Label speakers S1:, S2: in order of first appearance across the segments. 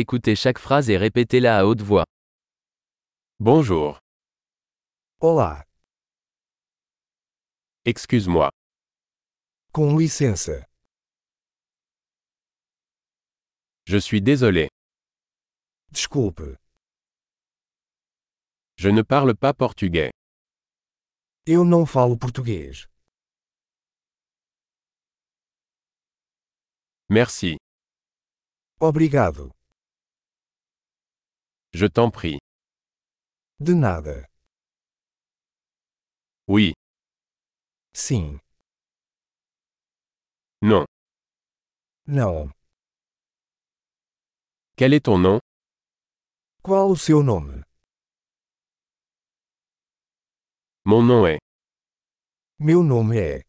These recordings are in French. S1: Écoutez chaque phrase et répétez-la à haute voix.
S2: Bonjour,
S3: Olá,
S2: excuse-moi,
S3: com licença.
S2: je suis désolé,
S3: Desculpe,
S2: je ne parle pas portugais.
S3: eu não falo português.
S2: Merci,
S3: Obrigado.
S2: je t'en prie.
S3: De nada.
S2: Oui,
S3: Sim.
S2: non,
S3: Não.
S2: quel est ton nom
S3: Qual o seu nome?
S2: Mon nom est.
S3: Meu nome é.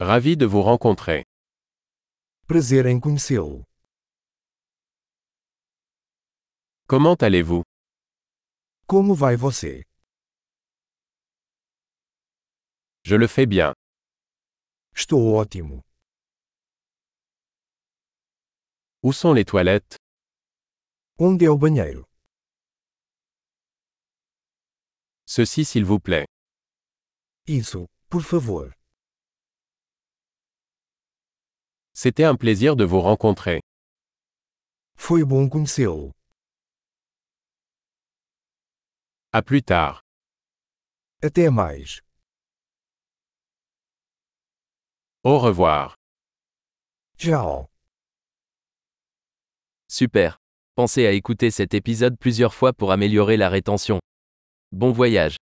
S2: Ravi de vous rencontrer.
S3: Prazer em conhecê-lo.
S2: Comment allez-vous
S3: Como vai você?
S2: Je le fais bien.
S3: Estou ótimo.
S2: Où sont les toilettes
S3: Onde é o banheiro?
S2: Ceci s'il vous plaît.
S3: Isso, por favor.
S2: C'était un plaisir de vous rencontrer.
S3: Foi bom conhecê-lo.
S2: À plus tard.
S3: Até mais.
S2: Au revoir.
S3: Tchau.
S1: Super. Pensez à écouter cet épisode plusieurs fois pour améliorer la rétention. Bon voyage.